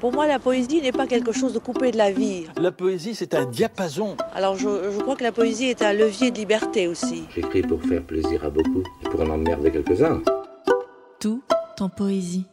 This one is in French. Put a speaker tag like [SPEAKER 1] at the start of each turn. [SPEAKER 1] Pour moi, la poésie n'est pas quelque chose de coupé de la vie.
[SPEAKER 2] La poésie, c'est un diapason.
[SPEAKER 1] Alors je, je crois que la poésie est un levier de liberté aussi.
[SPEAKER 3] J'écris pour faire plaisir à beaucoup et pour en emmerder quelques-uns.
[SPEAKER 4] Tout en poésie.